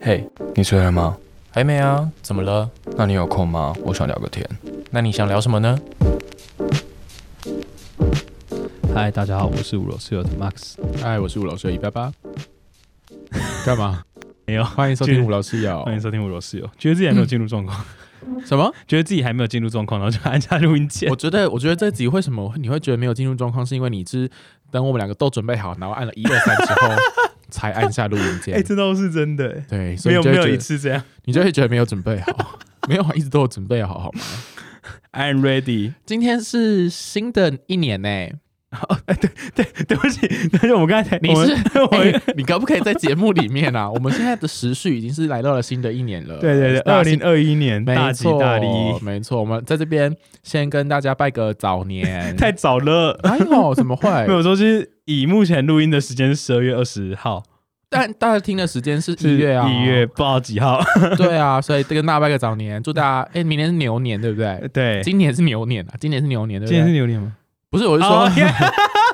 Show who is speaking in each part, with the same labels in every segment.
Speaker 1: 嘿、你睡了吗？
Speaker 2: 还没啊？怎么了？
Speaker 1: 那你有空吗？我想聊个天。
Speaker 2: 那你想聊什么呢？
Speaker 3: 嗨，大家好，我是五楼室友的 Max。
Speaker 4: 嗨，我是五楼室友一 八八。干嘛？
Speaker 3: 没有，
Speaker 4: 欢迎收听五楼室 友
Speaker 3: 欢。迎收听五楼室友。觉得自己还没有进入状况，
Speaker 4: 什么？
Speaker 3: 觉得自己还没有进入状况，然后就按下录音键
Speaker 4: 我。觉得，我觉得这集为什么你会觉得没有进入状况，是因为你是等我们两个都准备好，然后按了一二三之 后才按下录音
Speaker 3: 哎、
Speaker 4: 键。
Speaker 3: 这倒是真的、欸，
Speaker 4: 对，所
Speaker 3: 没
Speaker 4: 以
Speaker 3: 有
Speaker 4: 你就
Speaker 3: 没
Speaker 4: 会
Speaker 3: 有
Speaker 4: 觉
Speaker 3: 一
Speaker 4: 得，
Speaker 3: 次这样。
Speaker 4: 你就会觉得没有准备好。没有啊，一直都有准备好，好吗？
Speaker 3: I'm ready。
Speaker 4: 今天是新的一年呢、
Speaker 3: 对不起，但是我们刚才
Speaker 4: 你是
Speaker 3: 我们、
Speaker 4: 哎你可不可以在节目里面啊？我们现在的时序已经是来到了新的一年了。
Speaker 3: 对对对，
Speaker 4: 呃大
Speaker 3: 二
Speaker 4: 新
Speaker 3: 零二一年
Speaker 4: 没
Speaker 3: 大吉
Speaker 4: 错
Speaker 3: 大利，。
Speaker 4: 没错。我们在这边先跟大家拜个早 年
Speaker 3: 太早了。
Speaker 4: 哎呦，怎么会？
Speaker 3: 没有说，就是以目前录音的时间是十二月二十号，
Speaker 4: 但大家听的时间是
Speaker 3: 是
Speaker 4: 一月啊，
Speaker 3: 一月不知道几号。
Speaker 4: 对啊，所以这个大家拜个早年，祝大家哎，明年是牛年对 不对？
Speaker 3: 对，
Speaker 4: 今年是牛年啊，今年是牛年对不
Speaker 3: 今天是
Speaker 4: 对？
Speaker 3: 牛年吗？
Speaker 4: 不是，我是
Speaker 3: 哦
Speaker 4: 说
Speaker 3: 天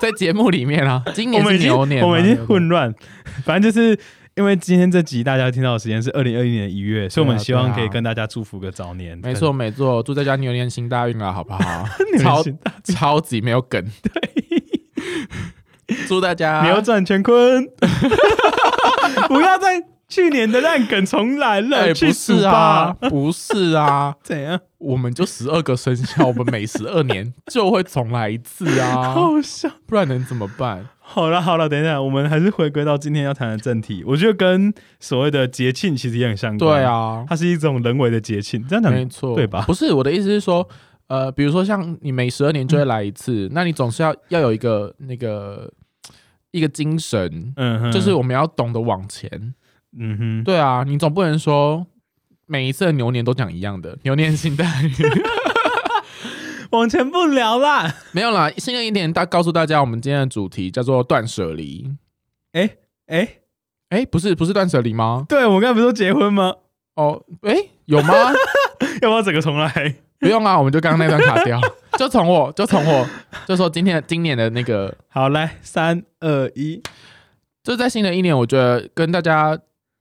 Speaker 4: 在节目里面 啊，今
Speaker 3: 我
Speaker 4: 年
Speaker 3: 们
Speaker 4: 是
Speaker 3: 已经
Speaker 4: 牛年嘛，
Speaker 3: 我们已
Speaker 4: 对
Speaker 3: 经
Speaker 4: 不对
Speaker 3: 混乱，反正就是因为今天这集大家听到的时间是二零二一年一月，所以我们希望可以跟大家祝福个早年。
Speaker 4: 啊没错没错，祝大家牛年行大运啊，好不好？
Speaker 3: 跟，
Speaker 4: 超
Speaker 3: 牛年
Speaker 4: 超级没有梗，对，祝大家
Speaker 3: 扭转乾坤， 不要再去年的烂梗重来
Speaker 4: 哎
Speaker 3: 了，去
Speaker 4: 不
Speaker 3: 死
Speaker 4: 是啊，
Speaker 3: 吧！
Speaker 4: 不是啊，
Speaker 3: 怎样？
Speaker 4: 我们就十二个生肖，我们每十二年就会重来一次 啊，
Speaker 3: 好笑。
Speaker 4: 不然能怎么办？
Speaker 3: 好了好了，等一下，我们还是回归到今天要谈的正题。我觉得跟所谓的节庆其实也很相关。
Speaker 4: 对，啊，
Speaker 3: 它是一种人为的节庆，这样讲
Speaker 4: 没错，
Speaker 3: 对吧
Speaker 4: 不是我的意思是说，呃，比如说像你每十二年就会来一
Speaker 3: 嗯
Speaker 4: 次，那你总是要要有一个那个一个精神，
Speaker 3: 嗯哼，
Speaker 4: 就是我们要懂得往前。
Speaker 3: 嗯哼，
Speaker 4: 对啊，你总不能说每一次的牛年都讲一样的牛年新大运
Speaker 3: 往前不聊啦。
Speaker 4: 没有啦。新的一年大告诉大家，我们今天的主题叫做断舍离。
Speaker 3: 哎、
Speaker 4: 哎、不是不是断舍离吗？
Speaker 3: 对我刚才不是说结婚吗？
Speaker 4: 哦，哎、有吗？
Speaker 3: 要不要整个重来？
Speaker 4: 不用啊，我们就刚刚那段卡掉，就从我就从我就说今天的今年的那个
Speaker 3: 好，来三二一，
Speaker 4: 就在新的一年，我觉得跟大家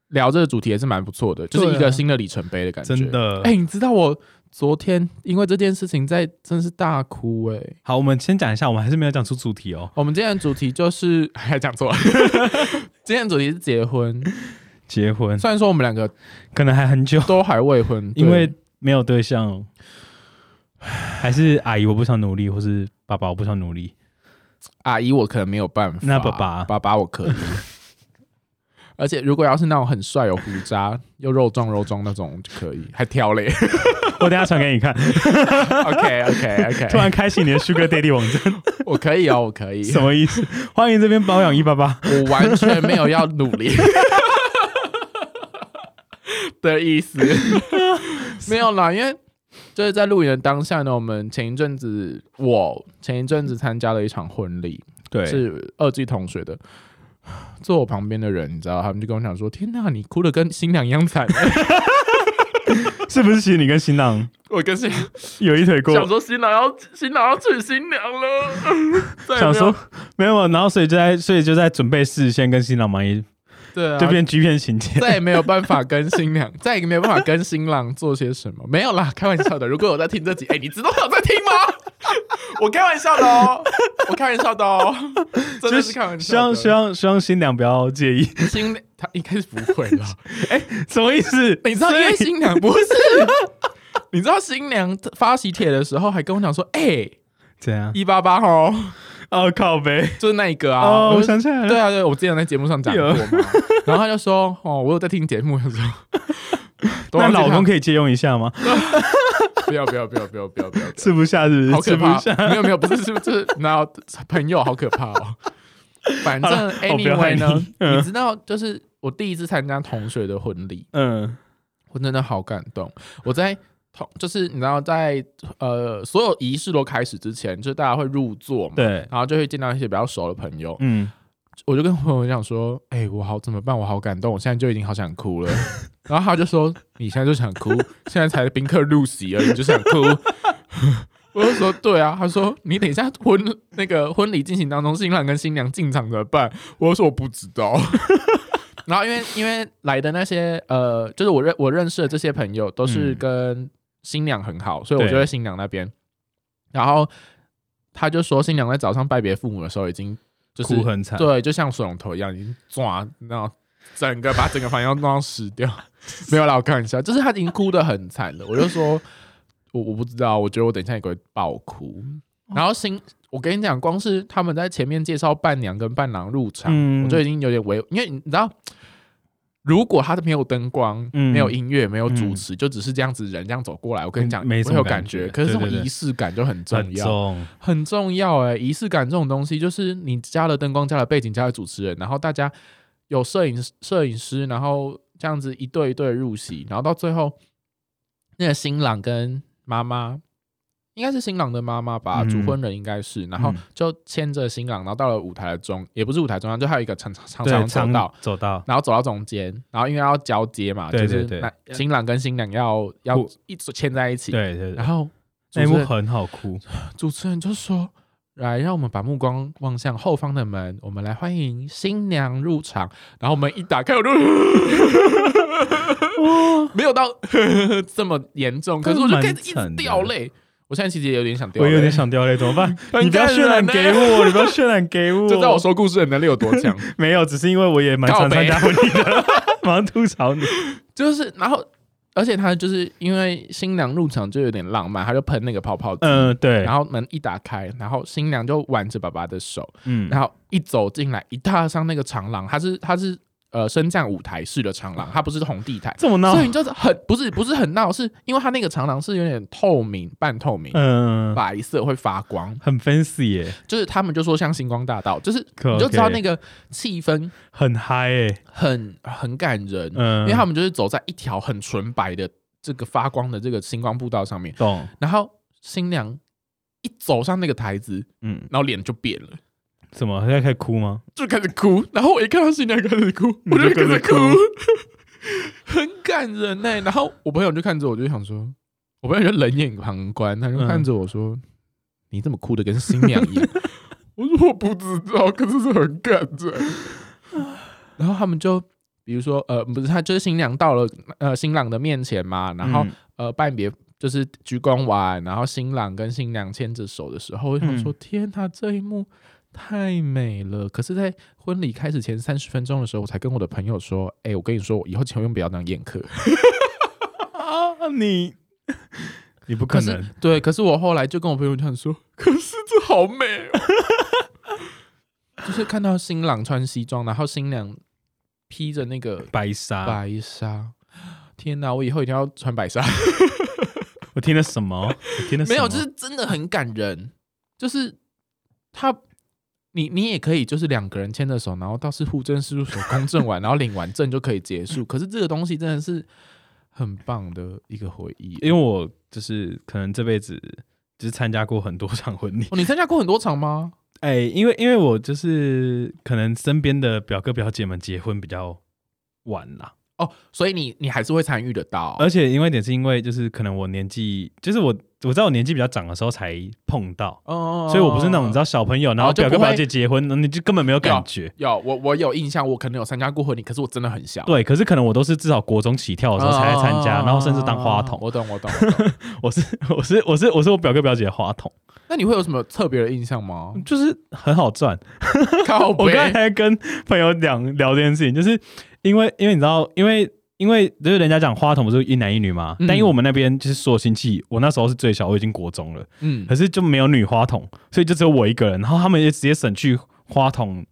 Speaker 4: 聊这个主题也是蛮不错的，就是一
Speaker 3: 对
Speaker 4: 个
Speaker 3: 啊
Speaker 4: 新的里程碑的感觉。
Speaker 3: 真，的。
Speaker 4: 哎、你知道我昨天因为这件事情在真是大哭哎、
Speaker 3: 好，我们先讲一下，我们还是没有讲出主题哦。
Speaker 4: 我们今天的主题就是 还 讲错了，今天的主题是结婚。
Speaker 3: 结婚
Speaker 4: 虽然说我们两个
Speaker 3: 可能还很久，
Speaker 4: 都还未婚，对
Speaker 3: 因为没有对象，还是阿姨我不想努力，或是爸爸我不想努力。
Speaker 4: 阿姨我可能没有办法，
Speaker 3: 那爸爸
Speaker 4: 爸爸我 可以。而且如果要是那种很帅、有胡渣、又肉壮肉壮那种就可以，还 挑嘞。
Speaker 3: 我等一下传给你看，
Speaker 4: OK OK
Speaker 3: 突
Speaker 4: OK，
Speaker 3: 然开启你的 Sugar Daddy 网站，
Speaker 4: 我可以哦，我可 以。
Speaker 3: 什么意思？欢迎这边包养一八八。
Speaker 4: 我完全没有要努 力的意思， 没有啦，因为就是在录影的当下呢，我们前一阵子我前一阵子参加了一场婚礼，
Speaker 3: 对
Speaker 4: 是二季同学的。坐我旁边的人，你知道，他们就跟我讲说：“天呐，你哭的跟新娘一样惨。
Speaker 3: 是不是？其实你跟新郎”
Speaker 4: 我跟 新
Speaker 3: 有一腿过，
Speaker 4: 想说新郎要新郎要娶新娘了， 再也没有
Speaker 3: 想说没有，然后所以就在所以就在准备事先跟新郎忙一，
Speaker 4: 对啊，
Speaker 3: 就变 G 片情节。
Speaker 4: 再也没有办法跟新娘，再也没有办法跟新郎做些什么。没有啦，开玩笑的。如果有在听这集，哎、你知道我有在听吗？ 我开玩笑的哦，我开玩笑的 哦，真的是开玩
Speaker 3: 希
Speaker 4: 笑
Speaker 3: 望
Speaker 4: 的。
Speaker 3: 希望希望新娘不要介意，
Speaker 4: 新他应该是不会 啦，
Speaker 3: 什么意思？
Speaker 4: 你知道，因
Speaker 3: 所以
Speaker 4: 为新娘不是， 你知道新娘发喜帖的时候还跟我讲说，哎、
Speaker 3: 怎样？
Speaker 4: 一八八哦，
Speaker 3: 哦，靠背
Speaker 4: 就是那一个啊。
Speaker 3: 哦，我
Speaker 4: 就
Speaker 3: 想起来了，
Speaker 4: 对啊，对，我之 前有在节目上讲过
Speaker 3: 有
Speaker 4: 嘛，然后他就说，哦，我有在听节目， 他说，
Speaker 3: 那老公
Speaker 4: 以
Speaker 3: 可以借用一下吗？
Speaker 4: 不要不要不要不要不要不要，
Speaker 3: 吃不下是不是？
Speaker 4: 好
Speaker 3: 吃
Speaker 4: 可
Speaker 3: 不
Speaker 4: 怕！哦
Speaker 3: 下。
Speaker 4: 没有没有，不是是不是，然后朋友好可怕 哦。反正
Speaker 3: 好了哦我不要害
Speaker 4: anyway 呢
Speaker 3: 你，嗯
Speaker 4: 你知道，就是我第一次参加同学的婚礼，
Speaker 3: 嗯，
Speaker 4: 我真的好感动。我在同就是你知道，在呃所有仪式都开始之前，就是大家会入座嘛，
Speaker 3: 对，
Speaker 4: 然后就会见到一些比较熟的朋友，
Speaker 3: 嗯，
Speaker 4: 我就跟朋友讲说：“哎、我好怎么办？我好感动，我现在就已经好想哭了。” 然后他就说：“你现在就想哭，现在才宾客入席而已，你就想哭。” 我就说：“对啊。”他说：“你等一下婚那个婚礼进行当中，新郎跟新娘进场怎么办？”我就说：“我不知道。” 然后因为因为来的那些呃，就是我认我认识的这些朋友都是
Speaker 1: 嗯
Speaker 4: 跟新娘很好，所以我
Speaker 3: 对
Speaker 4: 就在新娘那边。然后他就说，新娘在早上拜别父母的时候已经就是
Speaker 3: 哭很惨，
Speaker 4: 对，就像水龙头一样，已经抓，然后整个把整个房间都弄到湿掉。 没有啦，我开玩笑，就是他已经哭得很惨了。我就说，我我不知道，我觉得我等一下也会爆哭。
Speaker 3: 哦
Speaker 4: 然后新，我跟你讲，光是他们在前面介绍伴娘跟伴郎入场，
Speaker 3: 嗯
Speaker 4: 我就已经有点为，因为你知道。如果他没有灯光、
Speaker 3: 嗯
Speaker 4: 没有音乐、没有主持，就只是这样子人这样走过来，我跟你讲，
Speaker 3: 没什
Speaker 4: 会
Speaker 3: 么
Speaker 4: 有
Speaker 3: 感
Speaker 4: 觉。
Speaker 3: 觉
Speaker 4: 可是这
Speaker 3: 对
Speaker 4: 种
Speaker 3: 对对
Speaker 4: 仪式感就很重
Speaker 3: 很
Speaker 4: 要。
Speaker 3: 重，嗯
Speaker 4: 很重要哎、仪式感这种东西，就是你加了灯光、加了背景、加了主持人，然后大家有摄影摄影师，然后这样子一对一对入席，然后到最后，嗯那个新郎跟妈妈，应该是新郎的妈妈吧，
Speaker 3: 嗯
Speaker 4: 主婚人应该是，然后
Speaker 1: 嗯
Speaker 4: 就牵着新郎，然后到了舞台的中，也不是舞台中央，就还有一个长长长
Speaker 3: 对，
Speaker 4: 长
Speaker 3: 常
Speaker 4: 走道，
Speaker 3: 走到，
Speaker 4: 然后走到中间，然后因为要交接嘛，
Speaker 3: 对对
Speaker 4: 就是
Speaker 3: 对
Speaker 4: 那新郎跟新娘要要
Speaker 3: 互
Speaker 4: 一直牵在一起，
Speaker 3: 对对哎
Speaker 4: 然
Speaker 3: 对，
Speaker 4: 后主
Speaker 3: 那一
Speaker 4: 持
Speaker 3: 幕
Speaker 4: 人
Speaker 3: 很好哭，
Speaker 4: 主持人就说：“来，让我们把目光望向后方的门，我们来欢迎新娘入场。”然后门一 打开，我就没有到 这么严重，可是我就开始一直掉泪。我现在其实也有点想掉
Speaker 3: 我
Speaker 4: 泪，？
Speaker 3: 有点想掉泪，怎么办
Speaker 4: 很
Speaker 3: 你不要
Speaker 4: 感
Speaker 3: 渲染
Speaker 4: 人
Speaker 3: 给我，你不要渲染给我，
Speaker 4: 就知道我说故事的能力有多 强。
Speaker 3: 没有，只是因为我也蛮
Speaker 4: 告
Speaker 3: 常参
Speaker 4: 白
Speaker 3: 加婚礼 的，马上吐槽你，
Speaker 4: 就是，然后，而且他就是因为新娘入场就有点浪漫，他就喷那个泡泡机。
Speaker 3: 嗯，对，
Speaker 4: 然后门一打开，然后新娘就挽着爸爸的手，
Speaker 3: 嗯，
Speaker 4: 然后一走进来，一踏上那个长廊，它是它是呃升降舞台式的长廊，它不是红地毯，
Speaker 3: 这么闹
Speaker 4: 所以，你就是很不是不是很闹，是因为它那个长廊是有点透明、半透明。
Speaker 3: 嗯，
Speaker 4: 白色会发光，
Speaker 3: 很 fancy 耶、
Speaker 4: 就是他们就说像星光大道，就是
Speaker 3: 可
Speaker 4: 你就知道
Speaker 3: OK
Speaker 4: 那个气氛
Speaker 3: 很嗨耶、
Speaker 4: 很很感人，
Speaker 3: 嗯，
Speaker 4: 因为他们就是走在一条很纯白的这个发光的这个星光步道上面，
Speaker 3: 懂，
Speaker 4: 然后新娘一走上那个台子，
Speaker 3: 嗯，
Speaker 4: 然后脸就变了。
Speaker 3: 怎么现在开始哭吗？
Speaker 4: 就开始哭，然后我一看到新娘开始哭，
Speaker 3: 你
Speaker 4: 我
Speaker 3: 就
Speaker 4: 就开
Speaker 3: 跟着
Speaker 4: 始
Speaker 3: 哭
Speaker 4: 哭， 很感人呢、然后我朋友就看着我，就想说，我朋友就冷眼旁观，他就看着我说：“你怎么哭的跟新娘一样？” 我说：“我不知道，可是是很感人。” 然后他们就，比如说，呃，不是他就是新娘到了呃新郎的面前嘛， 然后、
Speaker 3: 嗯
Speaker 4: 呃拜别就是鞠躬完，然后新郎跟新娘牵着手的时候，我想
Speaker 3: 嗯
Speaker 4: 说、天哪，这一幕太美了。可是，在婚礼开始前三十分钟的时候，我才跟我的朋友说，哎、我跟你说，我以后千万不要当宴客。
Speaker 3: 啊，你你不
Speaker 4: 可
Speaker 3: 可
Speaker 4: 是
Speaker 3: 能，
Speaker 4: 对，可是我后来就跟我朋友这样说，可是这好美、哦， 就是看到新郎穿西装，然后新娘披着那个
Speaker 3: 白纱，
Speaker 4: 白纱。天哪！我以后一定要穿白纱。
Speaker 3: 我听了什么？我 听了什
Speaker 4: 没
Speaker 3: 么
Speaker 4: 有，就是真的很感人，就是他，你你也可以就是两个人牵着手，然后到是户政事务所公证完，然后领完证就可以 结束。可是这个东西真的是很棒的一个回 忆。
Speaker 3: 因为我就是可能这辈子就是参加过很多 场婚礼，
Speaker 4: 哦，你参加过很多场吗？
Speaker 3: 哎、因为因为我就是可能身边的表哥表姐们结婚比较晚啦，
Speaker 4: 哦，所以你你还是会参与得到。
Speaker 3: 而且因为点是因为就是可能我年纪，就是我我知道我年纪比较长的时候才碰到，
Speaker 4: 哦
Speaker 3: 所以我不是那种你知道小朋友，然后
Speaker 4: 哦就
Speaker 3: 表
Speaker 4: 不
Speaker 3: 哥表
Speaker 4: 会
Speaker 3: 姐结婚，那你就根本没有感
Speaker 4: 有
Speaker 3: 觉。
Speaker 4: 有我我有印象，我可能有参加过婚礼，可是我真的很小。
Speaker 3: 对，可是可能我都是至少国中起跳的
Speaker 4: 哦，
Speaker 3: 时候才来参加，然后甚至当花
Speaker 4: 哦
Speaker 3: 童。
Speaker 4: 我懂，我懂。我懂
Speaker 3: 我是我是我是我是我表哥表姐的花童，
Speaker 4: 那你会有什么特别的印象吗？
Speaker 3: 就是很好赚。
Speaker 4: 靠
Speaker 3: 我刚才
Speaker 4: 背，
Speaker 3: 还跟朋友讲聊这件事情，就是因为因为你知道，因为因为就是人家讲花童不是一男一女嘛，
Speaker 4: 嗯
Speaker 3: 但因为我们那边就是所有亲戚，我那时候是最小，我已经国中了，
Speaker 4: 嗯
Speaker 3: 可是就没有女花童，所以就只有我一个人，然后他们也直接省去花童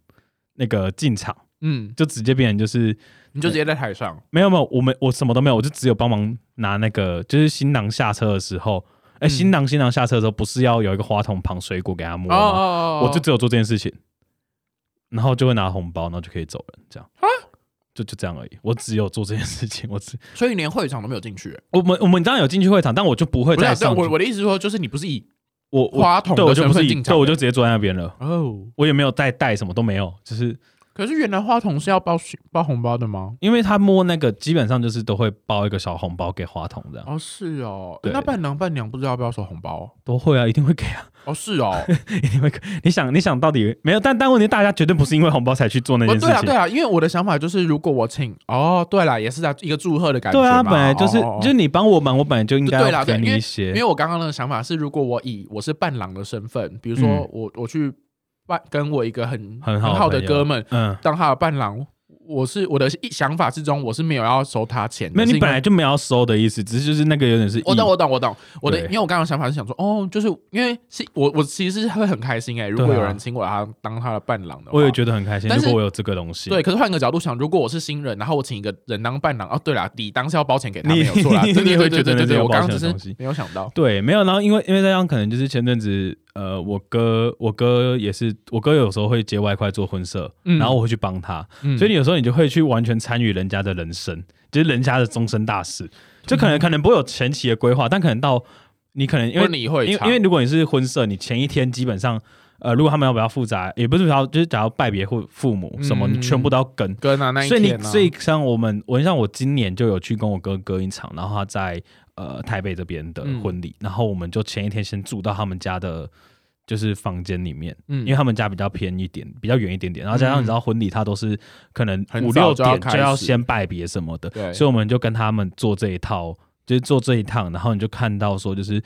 Speaker 3: 那个进场，
Speaker 4: 嗯，
Speaker 3: 就直接变成就是
Speaker 4: 你就直接在台上。
Speaker 3: 没有没有，我们我什么都没有，我就只有帮忙拿那个，就是新郎下车的时候，哎、
Speaker 4: 嗯
Speaker 3: 新郎新郎下车的时候不是要有一个花筒旁水果给他摸吗？
Speaker 4: 哦
Speaker 3: 我就只有做这件事情，然后就会拿红包，然后就可以走人，这样啊，就就这样而已。我只有做这件事情， 我只
Speaker 4: 所以连会场都没有进去。
Speaker 3: 我们我们当然有进去会场，但我就不会
Speaker 4: 不
Speaker 3: 再
Speaker 4: 是，啊
Speaker 3: 上去
Speaker 4: 我我的意思是说，就是你不是以
Speaker 3: 我我
Speaker 4: 花筒
Speaker 3: 对我
Speaker 4: 的
Speaker 3: 就
Speaker 4: 身
Speaker 3: 不是
Speaker 4: 份
Speaker 3: 以
Speaker 4: 进
Speaker 3: 对
Speaker 4: 场，
Speaker 3: 我就直接坐在那边了，
Speaker 4: 哦，
Speaker 3: 我也没有带带什么都没有，就是
Speaker 4: 可是原来花童是要包包红包的吗？
Speaker 3: 因为他摸那个基本上就是都会包一个小红包给花童这样，
Speaker 4: 哦，是哦。
Speaker 3: 对
Speaker 4: 那伴郎伴娘不知道要不要收红包哦？
Speaker 3: 都会啊，一定会给啊，
Speaker 4: 哦，是哦。
Speaker 3: 一定会给。你想，你想到底没有？但但问题，大家绝对不是因为红包才去做那
Speaker 4: 哦，
Speaker 3: 件事
Speaker 4: 对啊，
Speaker 3: 情。
Speaker 4: 对啊，因为我的想法就是，如果我请，哦，对啦，也是在一个祝贺的感觉
Speaker 3: 对啊，
Speaker 4: 嘛
Speaker 3: 本来就是，
Speaker 4: 哦哦哦
Speaker 3: 就是你帮我忙，我本来就应该
Speaker 4: 对
Speaker 3: 要
Speaker 4: 啦
Speaker 3: 给
Speaker 4: 对
Speaker 3: 你
Speaker 4: 因
Speaker 3: 一
Speaker 4: 因
Speaker 3: 些
Speaker 4: 为。我刚刚的想法是，如果我以我是伴郎的身份，比如说
Speaker 3: 嗯
Speaker 4: 我、我去伴跟我一个很
Speaker 3: 很好的
Speaker 4: 好的
Speaker 3: 朋友
Speaker 4: 哥们
Speaker 3: 嗯，
Speaker 4: 当他的伴郎，我是我的一想法之中，我是没有要收他钱的，
Speaker 3: 没有，
Speaker 4: 是
Speaker 3: 你
Speaker 4: 因为
Speaker 3: 本来就没有要收的意思，只是就是那个有点是意。
Speaker 4: 我懂，我懂，我懂。我的，
Speaker 3: 对
Speaker 4: 因为我刚刚的想法是想说，哦，就是因为是我，我其实是会很开心哎、如果
Speaker 3: 对啊
Speaker 4: 有人请我他当他的伴郎的话，
Speaker 3: 我也觉得很开心。
Speaker 4: 但
Speaker 3: 如
Speaker 4: 是
Speaker 3: 果我有这个东西，
Speaker 4: 对。可是换个角度想，如果我是新人，然后我请一个人当伴郎，哦，对啦，底当是要包钱给他，
Speaker 3: 你
Speaker 4: 没有错啦。
Speaker 3: 你
Speaker 4: 对对
Speaker 3: 你
Speaker 4: 对
Speaker 3: 会
Speaker 4: 对
Speaker 3: 觉得
Speaker 4: 对对
Speaker 3: 那是
Speaker 4: 对，
Speaker 3: 有
Speaker 4: 我
Speaker 3: 保
Speaker 4: 刚
Speaker 3: 险
Speaker 4: 刚
Speaker 3: 的
Speaker 4: 只
Speaker 3: 东
Speaker 4: 是
Speaker 3: 西
Speaker 4: 没有想到，
Speaker 3: 对，没有。然后因为因为这样，可能就是前阵子，呃，我哥我哥也是，我哥有时候会接外快做婚摄，
Speaker 4: 嗯
Speaker 3: 然后我会去帮他，
Speaker 4: 嗯
Speaker 3: 所以你有时候你就会去完全参与人家的人生，就是人家的终身大事。就可能可能不会有前期的规划，但可能到你可能因
Speaker 4: 因为
Speaker 3: 为
Speaker 4: 你会
Speaker 3: 因为
Speaker 4: 唱
Speaker 3: 因为如果你是婚摄，你前一天基本上。呃，如果他们要比较复杂，也不是比较，就是假如拜别父父母什么，
Speaker 4: 嗯
Speaker 3: 你全部都要跟。
Speaker 4: 跟啊那一
Speaker 3: 所以
Speaker 4: 天
Speaker 3: 你
Speaker 4: 啊
Speaker 3: 所以像我们，我像我今年就有去跟我哥哥一场，然后他在呃台北这边的
Speaker 4: 嗯
Speaker 3: 婚礼，然后我们就前一天先住到他们家的，就是房间里面，
Speaker 4: 嗯
Speaker 3: 因为他们家比较偏一点，比较远一点点，然后加上你知道婚礼他都是可能
Speaker 4: 很
Speaker 3: 五
Speaker 4: 早
Speaker 3: 六
Speaker 4: 就要
Speaker 3: 点
Speaker 4: 开
Speaker 3: 就要
Speaker 4: 始
Speaker 3: 先拜别什么的，
Speaker 4: 对，
Speaker 3: 所以我们就跟他们做这一套，就是做这一趟，然后你就看到说，就是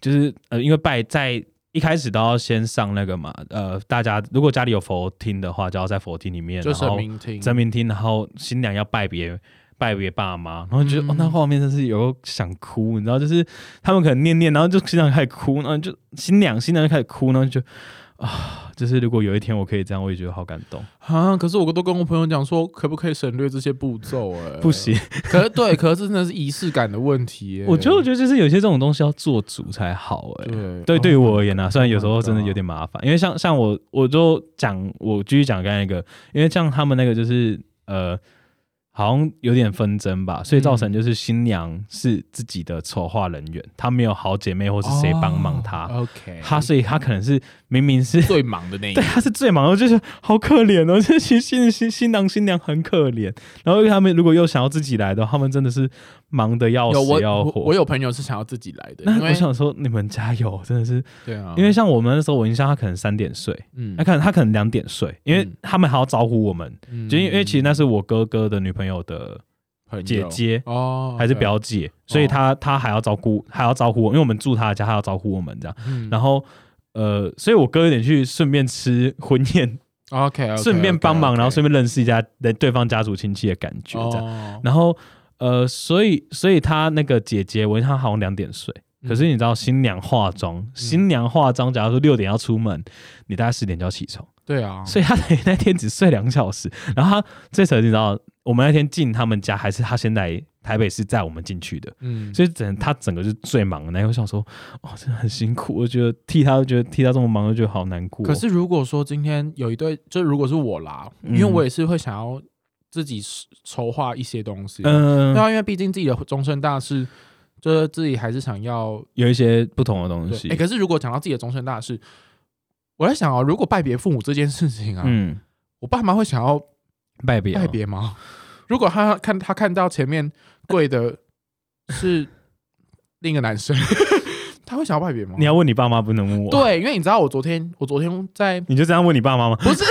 Speaker 3: 就是呃，因为拜在一开始都要先上那个嘛，呃，大家如果家里有佛厅的话，就要在佛厅里面，
Speaker 4: 就
Speaker 3: 然
Speaker 4: 神
Speaker 3: 后
Speaker 4: 明听，
Speaker 3: 真明厅，然后新娘要拜别。拜别爸妈，然后就觉得、哦
Speaker 4: 嗯，
Speaker 3: 那画面真是有想哭，你知道，就是他们可能念念，然后就新娘开始哭，然后就新娘新娘就开始哭，然后就啊，就是如果有一天我可以这样，我也觉得好感动。
Speaker 4: 啊！可是我都跟我朋友讲说，可不可以省略这些步骤？哎，
Speaker 3: 不行，
Speaker 4: 可是 对，可是真的是仪式感的问题、欸。
Speaker 3: 我觉得我觉得就是有些这种东西要做主才好哎、
Speaker 4: 对
Speaker 3: 对，对于
Speaker 4: 哦
Speaker 3: 我而言啊，虽然有时
Speaker 4: Oh
Speaker 3: 候
Speaker 4: my
Speaker 3: 真的有点麻烦，因为像像我，我就讲，我继续讲刚才那个，因为像他们那个就是呃，好像有点纷争吧，所以造成就是新娘是自己的筹划人员，她没有好姐妹或是谁帮忙她，
Speaker 4: 哦？OK，
Speaker 3: 她所以她可能是明明是。
Speaker 4: 最忙的那一
Speaker 3: 对，她是最忙的，就是好可怜哦，就是新新新新郎新娘很可怜，然后他们如果又想要自己来的话，他们真的是忙的要
Speaker 4: 有我
Speaker 3: 死要
Speaker 4: 我
Speaker 3: 活。
Speaker 4: 我有朋友是想要自己来的，
Speaker 3: 那
Speaker 4: 因为
Speaker 3: 我想说，你们加油，真的是
Speaker 4: 对啊，
Speaker 3: 因为啊像我们那时候，我印象他可能三点睡，
Speaker 4: 嗯
Speaker 3: 他可能他可能两点睡，因为
Speaker 4: 嗯
Speaker 3: 他们还要招呼我们，
Speaker 4: 嗯
Speaker 3: 就因为因为其实那是我哥哥的女朋友的
Speaker 4: 朋友
Speaker 3: 姐姐
Speaker 4: 哦，
Speaker 3: 还是表姐，所以他他还要照顾还要招呼我，因为我们住他的家，他要招呼我们这样。
Speaker 4: 嗯，
Speaker 3: 然后呃，所以我哥有点去顺便吃婚 宴，
Speaker 4: OK，哦
Speaker 3: 顺便帮忙，然后顺便认识一下对对方家族亲戚的感觉这样。
Speaker 4: 样，
Speaker 3: 然后呃，所以所以他那个姐姐，我印象她好像两点睡。可
Speaker 4: 嗯
Speaker 3: 是你知道新娘化妆，新娘化妆，假如说六点要出门，你大概十点就要起床，
Speaker 4: 对啊，
Speaker 3: 所以她等于那天只睡两小时。然后她最扯，你知道，我们那天进他们家，还是她先来台北市载我们进去的，
Speaker 4: 嗯，
Speaker 3: 所以整她整个就是最忙的那一个。然后想说，哦，真的很辛苦，我觉得替她，我觉得替她这么忙，我觉得好难过。哦
Speaker 4: 可是如果说今天有一对，就如果是我啦，因
Speaker 3: 嗯
Speaker 4: 为我也是会想要自己筹划一些东西，
Speaker 3: 嗯、
Speaker 4: 对啊，因为毕竟自己的终身大事，就是自己还是想要
Speaker 3: 有一些不同的东
Speaker 4: 对，
Speaker 3: 西，
Speaker 4: 哎、可是如果讲到自己的终身大事，我在想啊，如果拜别父母这件事情啊，
Speaker 3: 嗯，
Speaker 4: 我爸妈会想要
Speaker 3: 拜别哦，
Speaker 4: 拜别吗？如果他看他看到前面跪的是另一个男生， 他会想要拜别吗？
Speaker 3: 你要问你爸妈，不能问我。，
Speaker 4: 对，因为你知道我昨天我昨天在
Speaker 3: 你就这样问你爸妈吗？
Speaker 4: 不是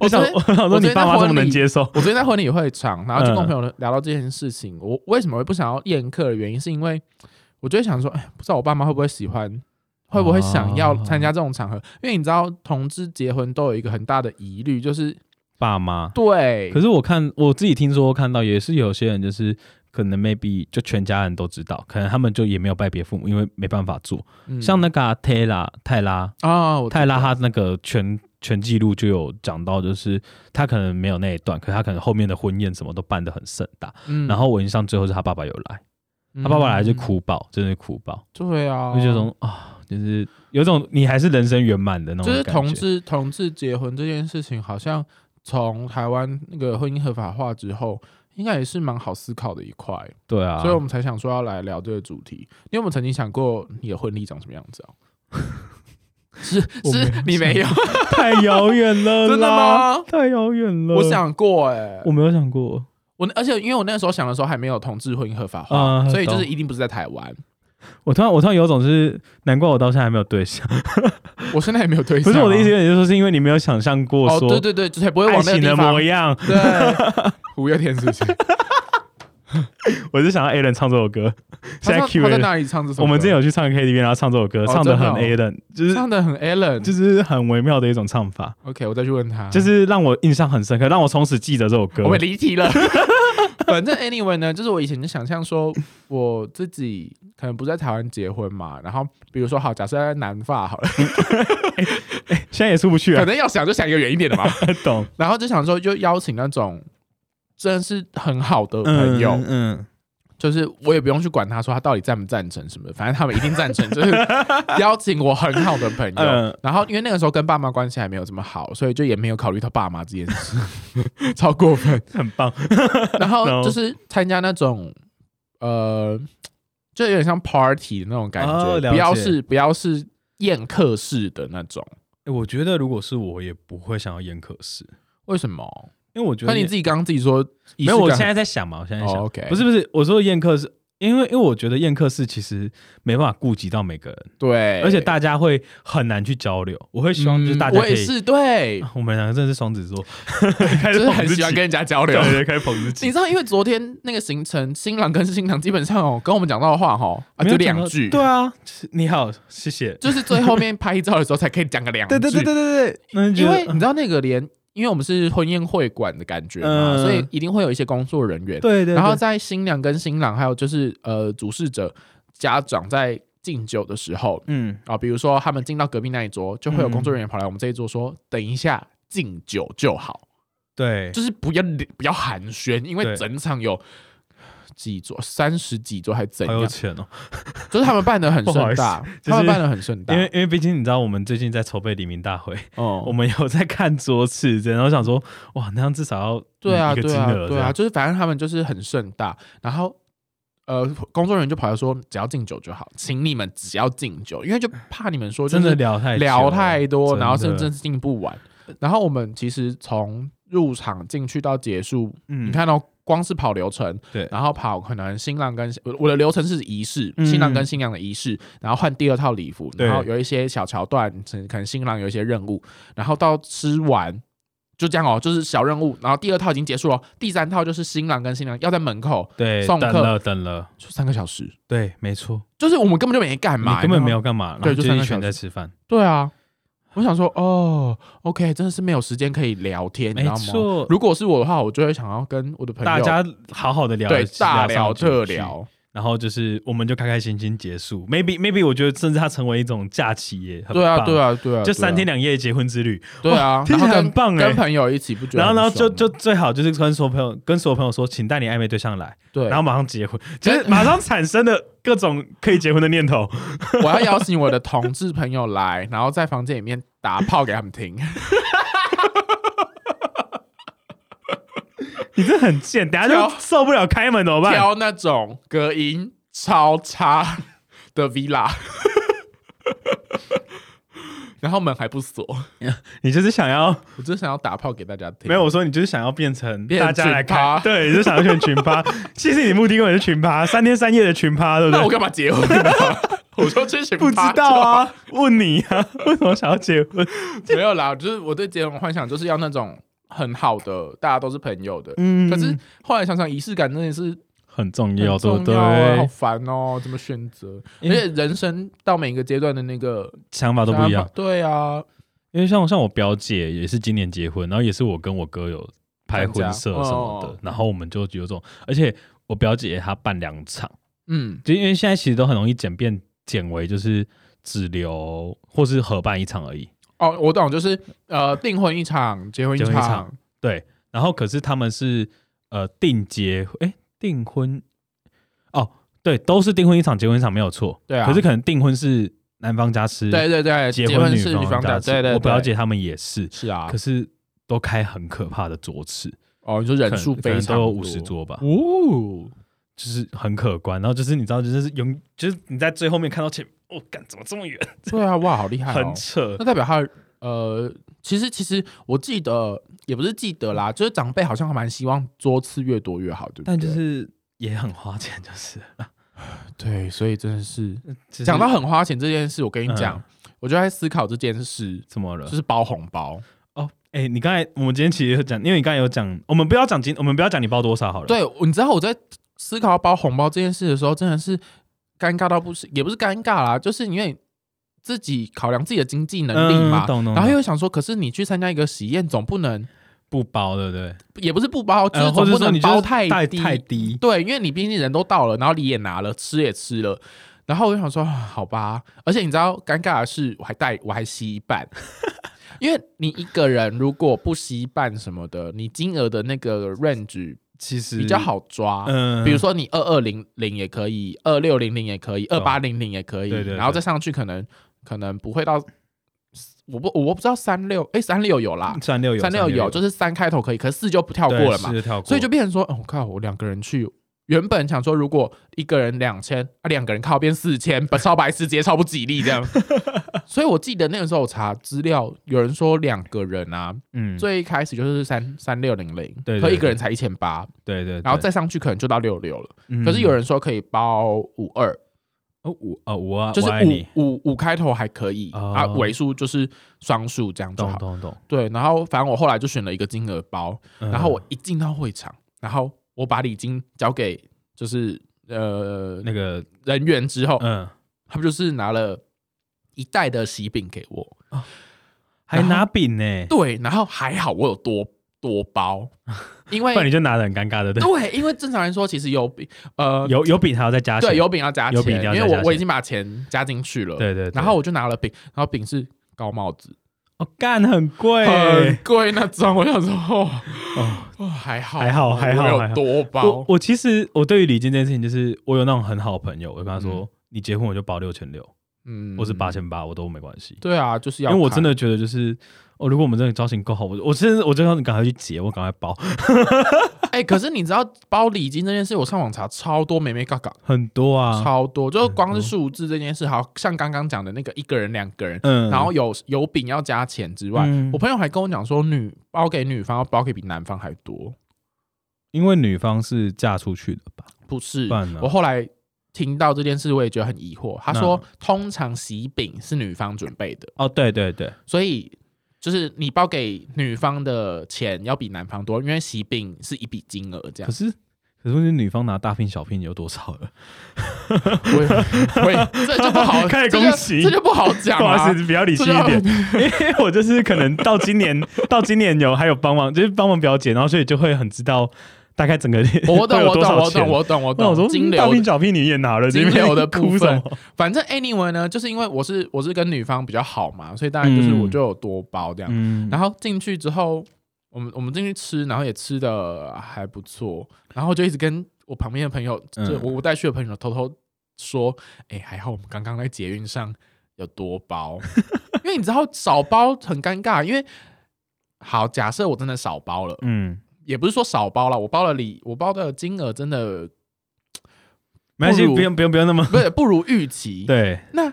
Speaker 4: 我
Speaker 3: 我想，
Speaker 4: 昨天
Speaker 3: 我想说
Speaker 4: 我昨
Speaker 3: 你
Speaker 4: 天
Speaker 3: 爸
Speaker 4: 在
Speaker 3: 妈这
Speaker 4: 婚
Speaker 3: 么能
Speaker 4: 礼
Speaker 3: 接受？
Speaker 4: 我昨天在婚礼会场，然后就跟
Speaker 3: 嗯
Speaker 4: 朋友聊到这件事情，我为什么会不想要宴客的原因，是因为我就会想说，哎，不知道我爸妈会不会喜欢，会不会想要参加这种场合？因为你知道，同志结婚都有一个很大的疑虑，就是
Speaker 3: 爸妈。
Speaker 4: 对
Speaker 3: 可，是我看我自己听说看到也是有些人就是可能 maybe 就全家人都知道，可能他们就也没有拜别父母，因为没办法做。
Speaker 4: 嗯
Speaker 3: 像那个啊泰拉泰拉
Speaker 4: 啊，我
Speaker 3: 泰拉他那个全全记录就有讲到，就是他可能没有那一段，可他可能后面的婚宴什么都办得很盛大。
Speaker 4: 嗯
Speaker 3: 然后我印象最后是他爸爸有来，
Speaker 4: 嗯
Speaker 3: 他爸爸来就哭爆，真的哭爆，
Speaker 4: 对啊，
Speaker 3: 就这种啊，就是有种你还是人生圆满的那种
Speaker 4: 就
Speaker 3: 感觉。
Speaker 4: 是同志同志结婚这件事情，好像从台湾那个婚姻合法化之后，应该也是蛮好思考的一块，
Speaker 3: 对啊，
Speaker 4: 所以我们才 想说要来聊这个主题。你有没有曾经想过你的婚礼长什么样子啊？是
Speaker 3: 我没有
Speaker 4: 是，你没 有，
Speaker 3: 太遥远了，
Speaker 4: 真的？吗？
Speaker 3: 太遥远了。
Speaker 4: 我，想过哎、
Speaker 3: 我没有想过，
Speaker 4: 我而且因为我那个时候想的时候还没有同志婚姻合法化，
Speaker 3: 嗯
Speaker 4: 所以就是
Speaker 3: 懂
Speaker 4: 一定不是在台湾。
Speaker 3: 我突然我突然有种是，难怪我到现在还没有对象。
Speaker 4: 我现在也没有对
Speaker 3: 不
Speaker 4: 象啊、
Speaker 3: 是我的意思，就是说是因为你没有想象过
Speaker 4: 哦，
Speaker 3: 说
Speaker 4: 对对对，才不会
Speaker 3: 爱
Speaker 4: 往那个
Speaker 3: 情
Speaker 4: 地
Speaker 3: 的
Speaker 4: 方
Speaker 3: 模。样。
Speaker 4: 对， 五月天是不是？
Speaker 3: 我是想要 A 人唱这首歌，现在
Speaker 4: 他
Speaker 3: Q A
Speaker 4: 唱他在
Speaker 3: 人。
Speaker 4: 哪里唱这首歌？
Speaker 3: 我们之前有去唱 KTV，然后唱这首歌，
Speaker 4: 哦
Speaker 3: 唱的
Speaker 4: 真的
Speaker 3: 很
Speaker 4: 哦
Speaker 3: A 人，就是
Speaker 4: 唱的很 Allen，
Speaker 3: 就
Speaker 4: 就
Speaker 3: 是很微妙的一种唱法，
Speaker 4: OK，我再去问他。
Speaker 3: 就是让我印象很深刻，让我从此记得这首歌
Speaker 4: 啊我。们离 题了。反正 anyway 呢，就是我以前就想象说，我自己可能不是在台湾结婚嘛，然后比如说好，假设在南法好了，
Speaker 3: 现在也出不去
Speaker 4: 可
Speaker 3: 啊，
Speaker 4: 能要想就想一个远一点的嘛，
Speaker 3: 懂？
Speaker 4: 然后就想说就邀请那种真的是很好的朋友，
Speaker 3: 嗯，
Speaker 4: 就是我也不用去管他说他到底赞不赞成什么的，反正他们一定赞成， 就是邀请我很好的朋友。
Speaker 3: 嗯
Speaker 4: 然后因为那个时候跟爸妈关系还没有这么好，所以就也没有考虑到爸妈这件事， 超过分。
Speaker 3: 很棒。
Speaker 4: 然后
Speaker 3: No
Speaker 4: 就是参加那种呃，就有点像 party 的那种感觉，
Speaker 3: 哦了
Speaker 4: 不要
Speaker 3: 解
Speaker 4: 是不要是宴客式的那种。
Speaker 3: 我觉得如果是我，也不会想要演可是，
Speaker 4: 为什么？
Speaker 3: 因为我觉
Speaker 4: 那你自己刚刚自己说仪
Speaker 3: 没有，
Speaker 4: 式
Speaker 3: 我
Speaker 4: 感
Speaker 3: 现在在想嘛，我现在在想，
Speaker 4: 哦，OK
Speaker 3: 哎不是不是，我说的宴客是因为因为我觉得宴客是其实没办法顾及到每个人，
Speaker 4: 对，
Speaker 3: 而且大家会很难去交流。我会希望就是大家
Speaker 4: 我
Speaker 3: 可以，
Speaker 4: 也 是对，
Speaker 3: 啊我们两个真的是双子座，开
Speaker 4: 就
Speaker 3: 始
Speaker 4: 是
Speaker 3: 捧
Speaker 4: 很
Speaker 3: 自
Speaker 4: 喜欢
Speaker 3: 己
Speaker 4: 跟人家交流
Speaker 3: 对。对，开始捧自
Speaker 4: 你
Speaker 3: 己，
Speaker 4: 知道，因为昨天那个行程，新郎跟新娘基本上哦，跟我们讲到的话哦，啊，
Speaker 3: 没
Speaker 4: 就
Speaker 3: 有讲
Speaker 4: 两
Speaker 3: 到
Speaker 4: 句，
Speaker 3: 对，啊，是你好，谢谢。
Speaker 4: 就是最后面拍照的时候才可以讲个两句。
Speaker 3: 对对，那就
Speaker 4: 因为
Speaker 3: 觉得
Speaker 4: 你知道那个连，因为我们是婚宴会馆的感觉嘛，
Speaker 3: 嗯
Speaker 4: 所以一定会有一些工作人员。
Speaker 3: 对对，
Speaker 4: 然后
Speaker 3: 对
Speaker 4: 在新娘跟新郎还有就是呃主事者家长在敬酒的时候
Speaker 3: 嗯，
Speaker 4: 啊，比如说他们进到隔壁那一桌，就会有工作人员跑来我们这一桌说：“等一下敬酒就好，
Speaker 3: 对，
Speaker 4: 就是不要不要寒暄，因为
Speaker 3: 对
Speaker 4: 整场有。”几桌三十几桌还怎
Speaker 3: 好
Speaker 4: 样
Speaker 3: 有？钱哦。
Speaker 4: 就是他们办的 很
Speaker 3: 不好
Speaker 4: 盛
Speaker 3: 意思
Speaker 4: 大，
Speaker 3: 就是
Speaker 4: 他们办的很盛大。
Speaker 3: 因为因为毕竟你知道，我们最近在筹备黎明大会，
Speaker 4: 哦
Speaker 3: 我们有在看桌次，然后想说，哇，那样至少要
Speaker 4: 对啊，
Speaker 3: 一个
Speaker 4: 对
Speaker 3: 金
Speaker 4: 啊，
Speaker 3: 额，
Speaker 4: 对啊，，就是反正他们就是很盛大，然后呃，工作人员就跑来说，只要敬酒就好，请你们只要敬酒，因为就怕你们说就
Speaker 3: 真
Speaker 4: 是
Speaker 3: 的聊太久
Speaker 4: 聊太多，
Speaker 3: 真的
Speaker 4: 然后甚至是敬不完。然后我们其实从入场进去到结束，
Speaker 3: 嗯
Speaker 4: 你看到。光是跑流程，
Speaker 3: 对
Speaker 4: 然后跑可能新郎跟我我的流程是仪式，
Speaker 3: 嗯
Speaker 4: 新郎跟新娘的仪式，然后换第二套礼服，
Speaker 3: 对
Speaker 4: 然后有一些小桥段，可能新郎有一些任务，然后到吃完就这样哦，就是小任务，然后第二套已经结束了，第三套就是新郎跟新娘要在门口
Speaker 3: 对，
Speaker 4: 送
Speaker 3: 等
Speaker 4: 客
Speaker 3: 了等了，
Speaker 4: 就三个小时，
Speaker 3: 对，没错，
Speaker 4: 就是我们根本就没干嘛，
Speaker 3: 你根本没
Speaker 4: 有。
Speaker 3: 有干嘛，然
Speaker 4: 对
Speaker 3: 后
Speaker 4: 就
Speaker 3: 就
Speaker 4: 三
Speaker 3: 一
Speaker 4: 个
Speaker 3: 群
Speaker 4: 小
Speaker 3: 人在
Speaker 4: 时
Speaker 3: 吃饭，
Speaker 4: 对啊，我想说哦，OK，真的是没有时间可以聊天，你
Speaker 3: 没
Speaker 4: 知道吗？
Speaker 3: 错，
Speaker 4: 如果是我的话，我就会想要跟我的朋友
Speaker 3: 大家好好的聊，
Speaker 4: 对大聊
Speaker 3: 聊上几
Speaker 4: 特
Speaker 3: 句，
Speaker 4: 聊，
Speaker 3: 然后就是我们就开开心心结束，maybe maybe 我觉得甚至它成为一种假期耶，很
Speaker 4: 对啊
Speaker 3: 棒
Speaker 4: 对，啊对啊，
Speaker 3: 就三天
Speaker 4: 两
Speaker 3: 两夜结婚之旅，
Speaker 4: 对啊，
Speaker 3: 听起
Speaker 4: 然
Speaker 3: 来
Speaker 4: 后
Speaker 3: 很
Speaker 4: 跟
Speaker 3: 棒哎
Speaker 4: 跟。朋友一起不觉
Speaker 3: 然
Speaker 4: 得
Speaker 3: 后
Speaker 4: 很爽吗？啊
Speaker 3: 呢，就就最好就是跟所有朋友跟所有朋友说，请带你暧昧对象来，
Speaker 4: 对，
Speaker 3: 然后马上结婚，就是马上产生了各种可以结婚的念头。
Speaker 4: 我要邀请我的同志朋友来，然后在房间里面打炮给他们听。
Speaker 3: 你这很贱，等下就
Speaker 4: 挑
Speaker 3: 受不了开门怎么办？
Speaker 4: 挑那种隔音超差 的 villa，然后门还不锁，
Speaker 3: 你就是想 要
Speaker 4: 我真想要打炮给大家听。
Speaker 3: 没有，我说你就是想要变成
Speaker 4: 变成
Speaker 3: 大家来
Speaker 4: 群趴
Speaker 3: 看，对，你就想要变群 趴。其实你的目的根本是群趴，三天三夜的群趴，对不
Speaker 4: 那我
Speaker 3: 对？
Speaker 4: 干嘛结婚呢？我说这群
Speaker 3: 不知
Speaker 4: 八
Speaker 3: 道
Speaker 4: 卦，
Speaker 3: 啊，问你啊，为什么想要结婚？
Speaker 4: 没有啦，就是我对结婚的幻想就是要那种很好的，大家都是朋友的。
Speaker 3: 嗯
Speaker 4: 可是后来想想，仪式感真的是
Speaker 3: 很重
Speaker 4: 很
Speaker 3: 要，对不
Speaker 4: 重
Speaker 3: 对
Speaker 4: 要、？啊，好烦哦，怎么选择？而
Speaker 3: 因为
Speaker 4: 且人生到每一个阶段的那个
Speaker 3: 想法都不一样。
Speaker 4: 对啊，
Speaker 3: 因为像像我表姐也是今年结婚，然后也是我跟我哥有拍婚摄什么
Speaker 4: 参加哦
Speaker 3: 的，然后我们就有种，而且我表姐她办两场，
Speaker 4: 嗯，
Speaker 3: 就因为现在其实都很容易简便简为就是只留或是合办一场而已。
Speaker 4: 哦，我懂，就是呃，订婚一场，结婚一
Speaker 3: 结婚一
Speaker 4: 场
Speaker 3: 场，对，然后可是他们是呃订结哎订婚哦，对，都是订婚一场，结婚一场没有错。
Speaker 4: 对啊
Speaker 3: 可是可能订婚是男方家吃，
Speaker 4: 对对对，
Speaker 3: 结
Speaker 4: 婚
Speaker 3: 女
Speaker 4: 是女方
Speaker 3: 家
Speaker 4: 家，
Speaker 3: 吃。
Speaker 4: 对对，
Speaker 3: 我表
Speaker 4: 对
Speaker 3: 姐他们也是，
Speaker 4: 是啊
Speaker 3: 可，是都开很可怕的桌次，
Speaker 4: 哦，你说人
Speaker 3: 可能
Speaker 4: 数
Speaker 3: 可
Speaker 4: 非
Speaker 3: 能
Speaker 4: 常
Speaker 3: 都有
Speaker 4: 多
Speaker 3: 五十桌吧。
Speaker 4: 哦，
Speaker 3: 就是很可观，然后就是你知道，就是有，就是你在最后面看到前我干、怎么这么远？
Speaker 4: 对啊，哇，好厉害、哦，
Speaker 3: 很扯。
Speaker 4: 那代表他呃，其实其实我记得也不是记得啦，就是长辈好像还蛮希望桌次越多越好，对不对？
Speaker 3: 但就是也很花钱，就是
Speaker 4: 对，所以真的是
Speaker 3: 就是
Speaker 4: 讲到很花钱这件事，我跟你
Speaker 3: 嗯
Speaker 4: 讲，我就在思考这件事，
Speaker 3: 怎么了？
Speaker 4: 就是包红包。
Speaker 3: 哦，哎、你刚才我们今天其实有讲，因为你刚才有讲，我们不要讲今，我们不要讲你包多少好了。，
Speaker 4: 对，我你知道我在思考包红包这件事的时候，真的是尴尬到不行，也不是尴尬啦，就是因为自己考量自己的经济能力嘛
Speaker 3: 嗯，懂懂
Speaker 4: 然后
Speaker 3: 懂
Speaker 4: 又想说，可是你去参加一个喜宴，总不能
Speaker 3: 不包对不对？
Speaker 4: 也不是不包，就是
Speaker 3: 呃或
Speaker 4: 总
Speaker 3: 者
Speaker 4: 不
Speaker 3: 说你
Speaker 4: 能
Speaker 3: 就是
Speaker 4: 包太
Speaker 3: 太
Speaker 4: 低，
Speaker 3: 低，
Speaker 4: 对，因为你毕竟人都到了，然后礼也拿了，吃也吃了，然后我就想说，啊好吧。而且你知道尴尬的是，我还带我还吸一半， 因为你一个人如果不吸一半什么的，你金额的那个 range
Speaker 3: 其实
Speaker 4: 比较。好抓。
Speaker 3: 嗯，
Speaker 4: 比如说你二二零零也可以，二六零零也可以，二
Speaker 3: 懂
Speaker 4: 八零零也可以，
Speaker 3: 哦对对对
Speaker 4: 然后再上去可能可能不会到，我不我不知道三六，哎三六有啦，
Speaker 3: 三六有，
Speaker 4: 三六有，就是三开头可以，可是四就不跳过了嘛，
Speaker 3: 对是跳过，
Speaker 4: 所以就变成说，哦，靠，我两个人去，原本想说如果一个人两千，啊，两个人靠边四千，本超白痴，直接超不吉利 这样。所以我记得那个时候我查资料，有人说两个人啊，
Speaker 3: 嗯，
Speaker 4: 最一开始就是三三六零零，
Speaker 3: 对对
Speaker 4: 可一个人才一千八，
Speaker 3: 对对，嗯
Speaker 4: 然后再上去可能就到六六了。
Speaker 3: 对，
Speaker 4: 可是有
Speaker 3: 人
Speaker 4: 人说可以包五二，
Speaker 3: 哦五哦五啊，
Speaker 4: 就是
Speaker 3: 我爱你
Speaker 4: 五五五开头还可以、
Speaker 3: 哦
Speaker 4: 啊，尾数就是双数这样就
Speaker 3: 懂
Speaker 4: 好。
Speaker 3: 懂懂，
Speaker 4: 对，然后反正我后来就选了一个金额包，
Speaker 3: 嗯
Speaker 4: 然后我一进到会场，然后我把礼金交给就是呃
Speaker 3: 那个
Speaker 4: 人员之后，
Speaker 3: 嗯，
Speaker 4: 他们就是拿了一袋的喜饼给我。
Speaker 3: 还拿饼呢，
Speaker 4: 对，然后还好我有多多包，因
Speaker 3: 不然你
Speaker 4: 为
Speaker 3: 就拿的很尴尬的，对不
Speaker 4: 对，因为正常来说其实有饼呃
Speaker 3: 对，有有饼还要再加钱，
Speaker 4: 对有饼要加
Speaker 3: 有饼
Speaker 4: 钱，
Speaker 3: 一定要
Speaker 4: 因为
Speaker 3: 再加
Speaker 4: 我我已
Speaker 3: 钱
Speaker 4: 经把钱加进去了。
Speaker 3: 对对，对
Speaker 4: 然后我就拿了饼，然后饼是高帽子，
Speaker 3: 哦干很贵，
Speaker 4: 很贵那种。我想说，哦，
Speaker 3: 哦
Speaker 4: 哦还好，
Speaker 3: 还好还好
Speaker 4: 我
Speaker 3: 还
Speaker 4: 有
Speaker 3: 好
Speaker 4: 多包
Speaker 3: 我，我其实我对于礼金这件事情，就是我有那种很好的朋友，我就跟他说，你结婚我就包六千六，
Speaker 4: 嗯
Speaker 3: 或是八。千八，我都没关系，
Speaker 4: 对啊，就是
Speaker 3: 因
Speaker 4: 要
Speaker 3: 为我
Speaker 4: 看
Speaker 3: 真的觉得就是。哦，如果我们真的交情够好，我我真的我真的要赶快去结，我赶快包
Speaker 4: 哎、可是你知道包礼金这件事，我上网查超多美美嘎嘎，
Speaker 3: 很多啊，
Speaker 4: 超多，就是光是
Speaker 3: 嗯
Speaker 4: 数字这件事，好像刚刚讲的那个一个人、两个人，
Speaker 3: 嗯
Speaker 4: 然后有有饼要加钱之外，
Speaker 3: 嗯
Speaker 4: 我朋友还跟我讲说女，包给女方要包给比男方还多，
Speaker 3: 因为女方是嫁出去的吧？
Speaker 4: 不是
Speaker 3: 不？然呢
Speaker 4: 我？后来听到这件事，我也觉得很疑惑。他说，通常喜饼是女方准备的，
Speaker 3: 哦，对对对，
Speaker 4: 所以。就是你包给女方的钱要比男方多，因为喜饼是一笔金额这样
Speaker 3: 可。是可是问题女方拿大聘小聘有多少了？
Speaker 4: 我也我也这就不好，
Speaker 3: 开始
Speaker 4: 这就
Speaker 3: 攻击
Speaker 4: 这就不好讲啊
Speaker 3: 不
Speaker 4: 了、
Speaker 3: 好意思，比较理性一点，因为我就是可能到今 年到今年有还有帮忙，就是帮忙表姐，然后所以就会很知道大概整个
Speaker 4: 我 懂，
Speaker 3: 会有
Speaker 4: 我
Speaker 3: 多
Speaker 4: 懂，
Speaker 3: 少
Speaker 4: 我
Speaker 3: 钱
Speaker 4: 懂，。我懂，我
Speaker 3: 那我
Speaker 4: 懂。
Speaker 3: 说
Speaker 4: 金
Speaker 3: 嗯大
Speaker 4: 流
Speaker 3: 聘，小聘你也拿了，
Speaker 4: 金
Speaker 3: 你在那
Speaker 4: 流的
Speaker 3: 边
Speaker 4: 部
Speaker 3: 哭什
Speaker 4: 分
Speaker 3: 么？
Speaker 4: 反正 anyway 呢，就是因为我是我是跟女方比较好嘛，所以当然就是
Speaker 3: 嗯
Speaker 4: 我就有多包这样。
Speaker 3: 嗯，
Speaker 4: 然后进去之后，我们我们进去吃，然后也吃的还不错，然后就一直跟我旁边的朋友，就
Speaker 3: 嗯
Speaker 4: 我我带去的朋友偷偷说，哎、还好我们刚刚在捷运上有多包， 因为你知道少包很尴尬，因为好假设我真的少包了，
Speaker 3: 嗯，
Speaker 4: 也不是说少包了，我包了礼，我包的金额真的
Speaker 3: 没关系，
Speaker 4: 不如
Speaker 3: 不用不用不用那 么。，
Speaker 4: 不是不如预期
Speaker 3: 对，
Speaker 4: 那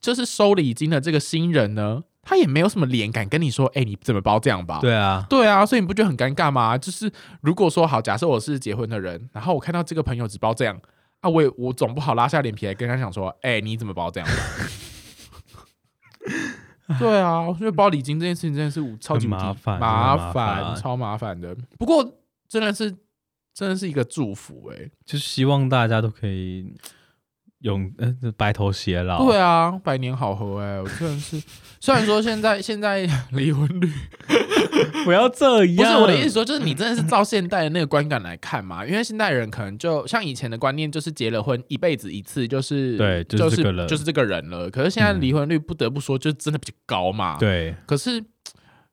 Speaker 4: 就是收礼金的这个新人呢，他也没有什么脸敢跟你说，哎、你怎么包这样吧？
Speaker 3: 对啊，
Speaker 4: 对啊，所以你不觉得很尴尬吗？就是如果说好，假设我是结婚的人，然后我看到这个朋友只包这样啊，我也我总不好拉下脸皮来跟他讲说，哎、你怎么包这样？ 对啊，我觉得包礼金这件事情真的是无超级无敌
Speaker 3: 很麻烦
Speaker 4: 麻
Speaker 3: 很麻烦
Speaker 4: 超麻烦的。不过真的是真的是一个祝福哎、
Speaker 3: 就是希望大家都可以永呃白头偕老。
Speaker 4: 对啊，百年好合哎、我真的是，虽然说现在现在离婚率
Speaker 3: 不要这
Speaker 4: 不是
Speaker 3: 样。
Speaker 4: 我的意思，说，就是你真的是照现代的那个观感来看嘛，因为现代人可能就像以前的观念，就是结了婚一辈子一次，就是
Speaker 3: 对就是
Speaker 4: 就
Speaker 3: 这个人
Speaker 4: 就是这个人了。可是现在
Speaker 3: 嗯
Speaker 4: 离婚率不得不说，就真的比较高嘛。，
Speaker 3: 对，
Speaker 4: 可是。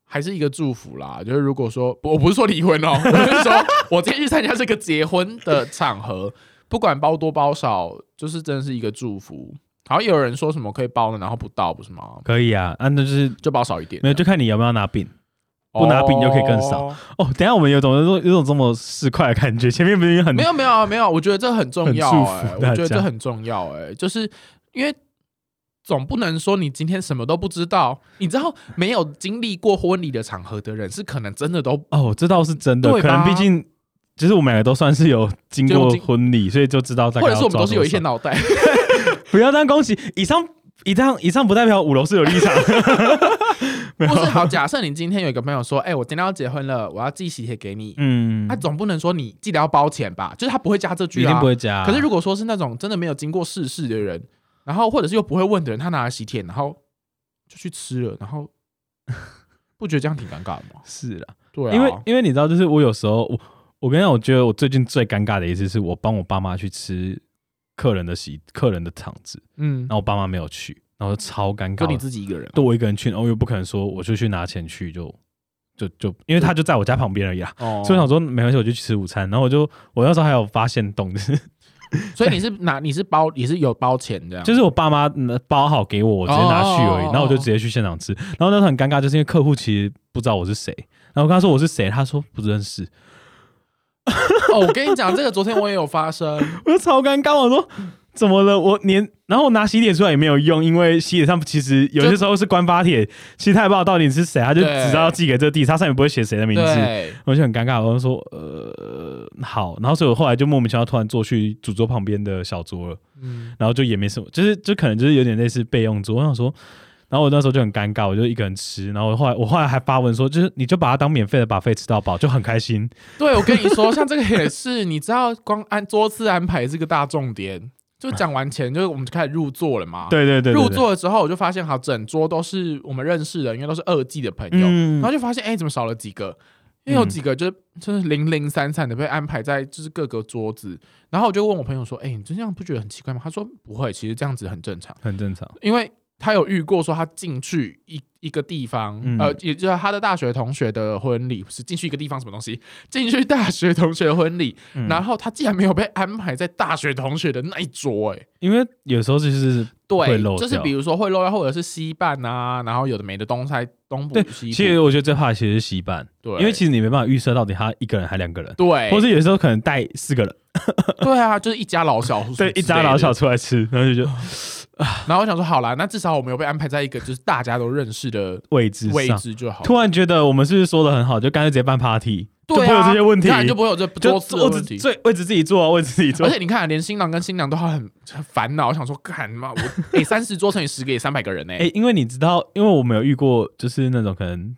Speaker 4: 还是一个祝福啦，就是如果说我不是说离婚哦，我是说我今天去参加这个结婚的场合，不管包多包少，就是真的是一个祝福。好像有人说什么可以包的，然后不到不是吗？
Speaker 3: 可以啊，啊，那就是
Speaker 4: 就包少一点，
Speaker 3: 没有，就看你有没有拿饼。不拿饼就可以更少
Speaker 4: 哦
Speaker 3: 哦，等一下我们有种有种这么市侩的感觉，前面明明很
Speaker 4: 没有啊没有没有，我觉得这很重要
Speaker 3: 很祝
Speaker 4: 哎、
Speaker 3: 福
Speaker 4: 我
Speaker 3: 大
Speaker 4: 觉得
Speaker 3: 家
Speaker 4: 这很重要哎、就是因为总不能说你今天什么都不知道。你知道，没有经历过婚礼的场合的人，是可能真的都
Speaker 3: 哦，这倒是真的，
Speaker 4: 对
Speaker 3: 可能
Speaker 4: 吧
Speaker 3: 毕竟其实我们两个都算是有经
Speaker 4: 就
Speaker 3: 过
Speaker 4: 经
Speaker 3: 婚礼，所以就知道大概
Speaker 4: 或者是
Speaker 3: 要
Speaker 4: 我们
Speaker 3: 抓
Speaker 4: 都是有一些
Speaker 3: 多少
Speaker 4: 脑袋。
Speaker 3: 不要当恭喜以上。以上以上不代表五楼是有立 场，没有
Speaker 4: 不是好，假设你今天有一个朋友说：“哎、我今天要结婚了，我要寄喜帖给你。
Speaker 3: 嗯
Speaker 4: 他，总不能说你记得要包钱吧？就是他不会加这句
Speaker 3: 一
Speaker 4: 啊。
Speaker 3: 定不会加啊。
Speaker 4: 可是如果说是那种真的没有经过世事的人，然后或者是又不会问的人，他拿了喜帖，然后就去吃了，然后 不觉得这样挺尴尬的吗？
Speaker 3: 是啦，
Speaker 4: 对啊，
Speaker 3: 因为因为你知道，就是我有时候我我跟你讲，我觉得我最近最尴尬的一次是我帮我爸妈去吃客人的席客人的场子，
Speaker 4: 嗯
Speaker 3: 然，后我爸妈没有去，然后就超尴
Speaker 4: 就
Speaker 3: 尬
Speaker 4: 你
Speaker 3: 的。
Speaker 4: 自己一个人啊、
Speaker 3: 对我一个人去，然后我又不可能说我就去拿钱去，就就就因为他就在我家旁边而已啊。
Speaker 4: 哦
Speaker 3: 所以我想说没关系，我就去吃午餐。然后我就我那时候还有发现动，就是
Speaker 4: 所以你是拿你是包你是有包钱这样，
Speaker 3: 就是我爸妈嗯包好给我，我直接拿去而已。
Speaker 4: 哦哦哦哦
Speaker 3: 然后我就直接去现场吃。然后那时候很尴尬，就是因为客户其实不知道我是谁。然后我跟他说我是谁，他说不认识，
Speaker 4: 哦，我跟你讲，这个昨天我也有发生，
Speaker 3: 我就超尴尬。我说怎么了？我连然后我拿喜帖出来也没有用，因为喜帖上其实有些时候是官发帖，其实他也不知道到底是谁，他就
Speaker 4: 对
Speaker 3: 只知道寄给这个地址，他上面不会写谁的 名字。
Speaker 4: 对，
Speaker 3: 我就很尴尬，我就说呃好，然后所以我后来就莫名其妙突然坐去主桌旁边的小桌了。
Speaker 4: 嗯，
Speaker 3: 然后就也没什么，就是就可能就是有点类似备用桌。我想说，然后我那时候就很尴尬，我就一个人吃。然后我后来我后来还发文说，就是你就把它当免费的把费吃到饱，就很开心。
Speaker 4: 对，我跟你说，像这个也是，你知道，光按桌次安排是个大重点，就讲完钱，就是我们就开始入座了嘛，
Speaker 3: 对对对对对
Speaker 4: 入座了之后，我就发现，好，整桌都是我们认识的，因为都是二季的朋友，
Speaker 3: 嗯
Speaker 4: 然后就发现，哎、怎么少了几个？因为有几个就是、就是零零散散的被安排在就是各个桌子，然后我就问我朋友说，哎、你这样不觉得很奇怪吗？他说不会，其实这样子很正常，
Speaker 3: 很正常。
Speaker 4: 因为他有遇过说他进去一一个地方，
Speaker 3: 嗯
Speaker 4: 呃，也就是他的大学同学的婚礼，是进去一个地方什么东西，进去大学同学的婚礼，
Speaker 3: 嗯
Speaker 4: 然后他竟然没有被安排在大学同学的那一桌、哎。
Speaker 3: 因为有时候就是会
Speaker 4: 对
Speaker 3: 漏，
Speaker 4: 就是
Speaker 3: 掉
Speaker 4: 比如说会漏掉，或者是西半啊，然后有的没的东塞东补
Speaker 3: 对，
Speaker 4: 西
Speaker 3: 其
Speaker 4: 补，
Speaker 3: 实我觉得最怕的其实是洗版，
Speaker 4: 对，
Speaker 3: 因为其实你没办法预测到底他一个人还两个人，
Speaker 4: 对，
Speaker 3: 或是有时候可能带四个人，
Speaker 4: 对啊，就是一家老小，
Speaker 3: 对，一家老小。出来吃， 然后就觉得
Speaker 4: 然后我想说，好啦，那至少我们有被安排在一个就是大家都认识的
Speaker 3: 位置
Speaker 4: 位
Speaker 3: 上。
Speaker 4: 置就好，
Speaker 3: 突然觉得我们是不是说的很好，就干脆直接办 party，就
Speaker 4: 对
Speaker 3: 不
Speaker 4: 啊
Speaker 3: 会有这些问题
Speaker 4: 当，然就不会有这桌
Speaker 3: 就
Speaker 4: 子的
Speaker 3: 桌
Speaker 4: 问
Speaker 3: 子
Speaker 4: 题。
Speaker 3: 最位置自己坐啊，位置自己坐
Speaker 4: 而。且你看，连新郎跟新娘都很很烦恼，我想说，干嘛？ 我哎，三十桌乘以十个也三百个人呢、
Speaker 3: 哎、因为你知道，因为我们有遇过，就是那种可能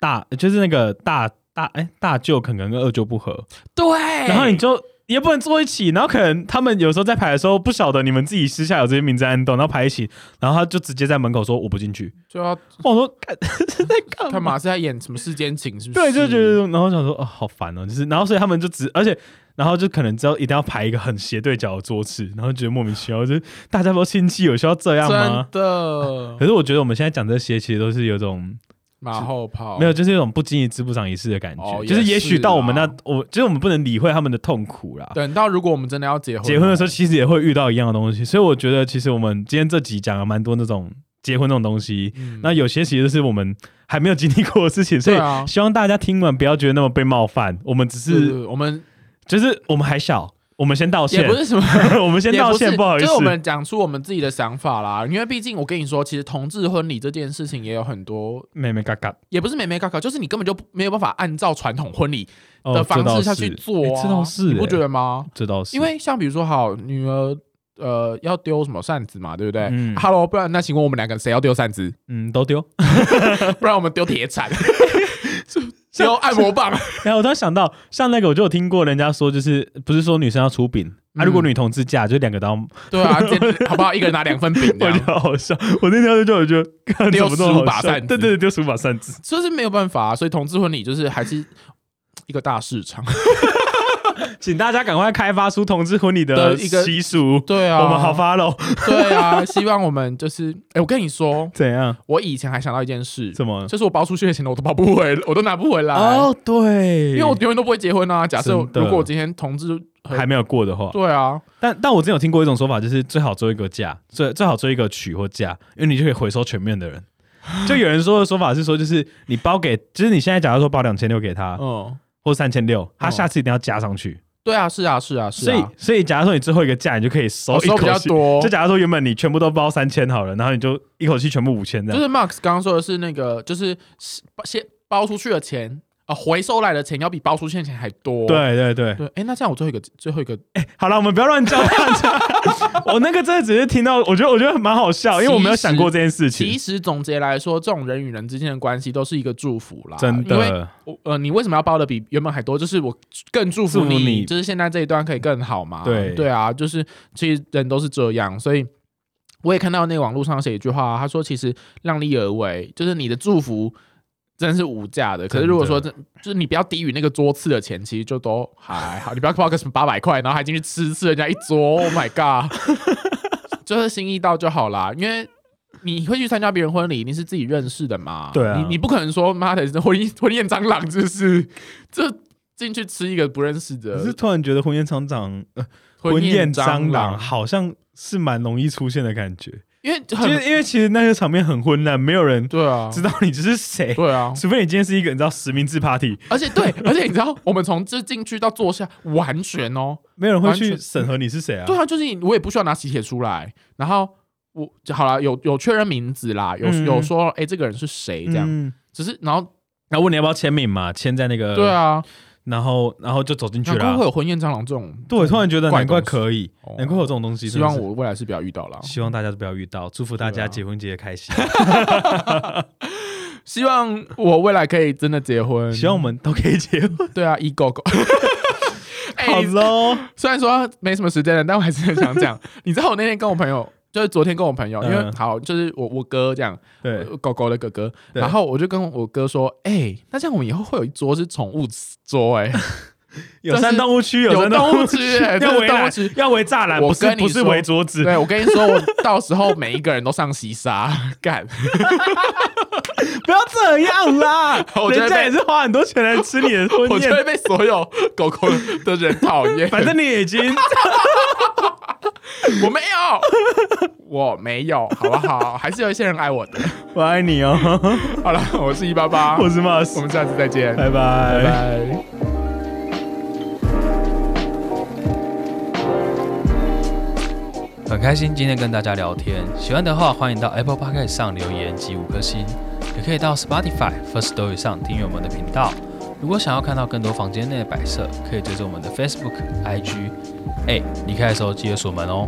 Speaker 3: 大，就是那个大大哎、大舅可能跟二舅不和，
Speaker 4: 对，
Speaker 3: 然后你就也不能坐一起，然后可能他们有时候在排的时候不晓得你们自己私下有这些名字暗动，然后排一起，然后他就直接在门口说我不进去，
Speaker 4: 就要
Speaker 3: 我说干 是在哦干嘛？
Speaker 4: 干嘛？是在演什么世间情？是不是？
Speaker 3: 对，就觉得，然后想说哦，好烦哦，就是，然后所以他们就只，而且，然后就可能知道一定要排一个很斜对角的桌次，然后觉得莫名其妙，就是大家都亲戚，有需要这样吗
Speaker 4: 真？的
Speaker 3: 可是我觉得我们现在讲这些，其实都是有种
Speaker 4: 马后炮
Speaker 3: 没有，就是一种不经意织不长一世的感觉。
Speaker 4: 哦也
Speaker 3: 就是也许
Speaker 4: 是
Speaker 3: 到我们那
Speaker 4: 啦，
Speaker 3: 我就是我们不能理会他们的痛苦啦。
Speaker 4: 等到如果我们真的要结婚，
Speaker 3: 结婚的时候，其实也会遇到一样的东西，所以我觉得其实我们今天这集讲了蛮多那种结婚那种东西。
Speaker 4: 嗯
Speaker 3: 那有些其实是我们还没有经历过的事情，所以
Speaker 4: 对啊
Speaker 3: 希望大家听完不要觉得那么被冒犯。我们只是
Speaker 4: 我们
Speaker 3: 就是我们还小，我们先道
Speaker 4: 也
Speaker 3: 歉
Speaker 4: 不，是什么。
Speaker 3: 我们先
Speaker 4: 也
Speaker 3: 道
Speaker 4: 不
Speaker 3: 歉，
Speaker 4: 是
Speaker 3: 不好意
Speaker 4: 就
Speaker 3: 思
Speaker 4: 是我。们讲出我们自己的想法啦。因为毕竟我跟你说，其实同志婚礼这件事情也有很多，
Speaker 3: 妹妹嘎嘎
Speaker 4: 也不是美眉嘎嘎，就是你根本就不没有办法按照传统婚礼
Speaker 3: 哦
Speaker 4: 的方
Speaker 3: 这倒
Speaker 4: 式下
Speaker 3: 是
Speaker 4: 去做、啊
Speaker 3: 哎这倒是
Speaker 4: 你不
Speaker 3: 哎
Speaker 4: 觉得吗？
Speaker 3: 这倒是，
Speaker 4: 因为像比如说，好，女儿呃要丢什么扇子嘛，对不对、
Speaker 3: 嗯
Speaker 4: h e l l o 不然那请问我们两个谁要丢扇子？
Speaker 3: 嗯都丢。
Speaker 4: 不然我们丢铁铲， 丢按摩棒。
Speaker 3: 然后我突然想到，像那个我就有听过人家说，就是不是说女生要出饼，啊，
Speaker 4: 嗯
Speaker 3: 如果女同志嫁，就两个 刀，
Speaker 4: 对啊，直接好不好？一个人拿两份饼这
Speaker 3: 我觉
Speaker 4: 样，
Speaker 3: 得好笑。我那天就我觉得看
Speaker 4: 丢
Speaker 3: 怎么这么
Speaker 4: 15把
Speaker 3: 好笑
Speaker 4: 扇子
Speaker 3: 对对对，丢十五把扇子，
Speaker 4: 就是没有办法、啊所以同志婚礼就是还是一个大市场。
Speaker 3: 请大家赶快开发出同志婚礼的
Speaker 4: 的一个
Speaker 3: 习俗，
Speaker 4: 对啊，
Speaker 3: 我们好发喽。
Speaker 4: 对啊，希望我们就是， 哎、我跟你 说，
Speaker 3: 怎样？
Speaker 4: 我以前还想到一件事，
Speaker 3: 怎么？哦
Speaker 4: 就是我包出去的钱我都包不回，我都拿不回来，，
Speaker 3: 对，
Speaker 4: 因为我永远都不会结婚啊。假设
Speaker 3: 真的
Speaker 4: 如果我今天同志
Speaker 3: 还没有过的话，
Speaker 4: 对啊，
Speaker 3: 但但我之前有听过一种说法，就是最好做一个嫁，最最好做一个娶或嫁，因为你就可以回收全面的人。就有人说的说法是说，就是你包给，就是你现在假如说包两千六给他，
Speaker 4: 嗯，
Speaker 3: 或三千六，他
Speaker 4: 哦
Speaker 3: 下次一定要加上去。
Speaker 4: 对啊，是啊，是啊，是
Speaker 3: 所以
Speaker 4: 啊，
Speaker 3: 所以假如说你最后一个价，你就可以收
Speaker 4: 我
Speaker 3: 一
Speaker 4: 收
Speaker 3: 口
Speaker 4: 比较
Speaker 3: 气。
Speaker 4: 多
Speaker 3: 就。假如说原本你全部都包三千好了，然后你就一口气全部五千这
Speaker 4: 就
Speaker 3: 样。
Speaker 4: 是 Max 刚刚说的是那个，就是先包出去的钱啊、回收来的钱要比包出去的钱还多。
Speaker 3: 对对对，
Speaker 4: 对，哎、那这样我最后一个最后一个
Speaker 3: 好了，我们不要乱教大 家。我那个真的只是听到，我觉得我觉得蛮好笑，因为我没有想过这件事
Speaker 4: 其
Speaker 3: 情。
Speaker 4: 实总结来说，这种人与人之间的关系都是一个祝福啦。
Speaker 3: 真
Speaker 4: 啊因为
Speaker 3: 的，
Speaker 4: 我呃，你为什么要包的比原本还多？就是我更祝福你，
Speaker 3: 祝福你
Speaker 4: 就是现在这一段可以更好嘛。
Speaker 3: 对
Speaker 4: 对啊，就是其实人都是这样，所以我也看到那个网络上写一句话、他说其实量力而为，就是你的祝福。真的是无价的，可是如果说这就是你不要低于那个桌次的钱，其实就都还好。你不要包个什么八百块，然后还进去吃吃人家一桌，Oh my god！就是心意到就好啦，因为你会去参加别人婚礼，一定是自己认识的嘛。
Speaker 3: 对啊
Speaker 4: 你你不可能说妈的婚宴婚宴蟑螂，就是 这进去吃一个不认识
Speaker 3: 可是
Speaker 4: 的
Speaker 3: 突然觉得婚宴厂长、呃
Speaker 4: 呃婚
Speaker 3: 宴
Speaker 4: 蟑
Speaker 3: 蟑螂，好像是蛮容易出现的感觉，
Speaker 4: 因为
Speaker 3: 就
Speaker 4: 很
Speaker 3: 是因为其实那个场面很混乱，没有人
Speaker 4: 对啊，
Speaker 3: 知道你这是谁，
Speaker 4: 对啊，
Speaker 3: 除非你今天是一个你知道实名制 party，
Speaker 4: 而且对， 而且你知道，我们从这进去到坐下，完全哦，
Speaker 3: 没有人会
Speaker 4: 完
Speaker 3: 去
Speaker 4: 全
Speaker 3: 审核你是谁啊。
Speaker 4: 对啊，就是你我也不需要拿喜帖出来，然后。我好了，有有确认名字啦，有、
Speaker 3: 嗯
Speaker 4: 有说哎、这个人是谁这样，
Speaker 3: 嗯
Speaker 4: 只是然后
Speaker 3: 然后问你要不要签名嘛，签在那个
Speaker 4: 对，啊，
Speaker 3: 然后然后就走进呃去
Speaker 4: 难怪
Speaker 3: 了
Speaker 4: 会。有婚宴蟑螂这种。
Speaker 3: 对，突然觉得
Speaker 4: 怪
Speaker 3: 难怪
Speaker 4: 东西
Speaker 3: 可以
Speaker 4: 哦，
Speaker 3: 难怪有这种东西。
Speaker 4: 希望我未来是不要遇到啦。
Speaker 3: 希望大家都不要遇到，祝福大
Speaker 4: 对
Speaker 3: 家
Speaker 4: 啊
Speaker 3: 结婚节开心，
Speaker 4: 希望我未来可以真的结婚。
Speaker 3: 希望我们都可以结婚。
Speaker 4: 对啊，一狗 狗。哎
Speaker 3: 好喽，
Speaker 4: 虽然说没什么时间了，但我还是很 想讲。你知道我那天跟我朋友，就是昨天跟我朋友，因为
Speaker 3: 嗯
Speaker 4: 好就是我我哥这样，
Speaker 3: 对，
Speaker 4: 呃狗狗的哥哥，
Speaker 3: 对
Speaker 4: 然后我就跟我哥说，哎、那这样我们以后会有一桌是宠物桌、哎，
Speaker 3: 有山动物区，
Speaker 4: 有
Speaker 3: 山动
Speaker 4: 动物区哎 这
Speaker 3: 要
Speaker 4: 是
Speaker 3: 围
Speaker 4: 动物
Speaker 3: 栏
Speaker 4: 区，
Speaker 3: 要围栅栏，
Speaker 4: 我
Speaker 3: 不是
Speaker 4: 跟 你
Speaker 3: 不是
Speaker 4: 说
Speaker 3: 围桌子。
Speaker 4: 对我跟你说，我到时候每一个人都上西沙 干，
Speaker 3: 不要这样啦
Speaker 4: 我，觉得
Speaker 3: 人家
Speaker 4: 被
Speaker 3: 也是花很多钱来吃你的
Speaker 4: 我
Speaker 3: 婚
Speaker 4: 就会
Speaker 3: 宴，
Speaker 4: 被所有狗狗的人讨厌。
Speaker 3: 反正你已经
Speaker 4: 我没有，我没有，好不好？还是有一些人爱 我的。
Speaker 3: 我爱你哦，
Speaker 4: 好了，我是一八八，
Speaker 3: 我是
Speaker 4: 我
Speaker 3: Mas，
Speaker 4: 们下次再见，
Speaker 3: 拜
Speaker 4: 拜
Speaker 3: 拜。
Speaker 4: 拜。
Speaker 1: 很开心今天跟大家聊天，喜欢的话欢迎到 Apple Podcast 上留言及五颗星，也可以到 Spotify、First Story 上订阅我们的频道。如果想要看到更多房间内的摆设，可以追踪我们的 Facebook、IG。哎，离开的时候记得锁门哦。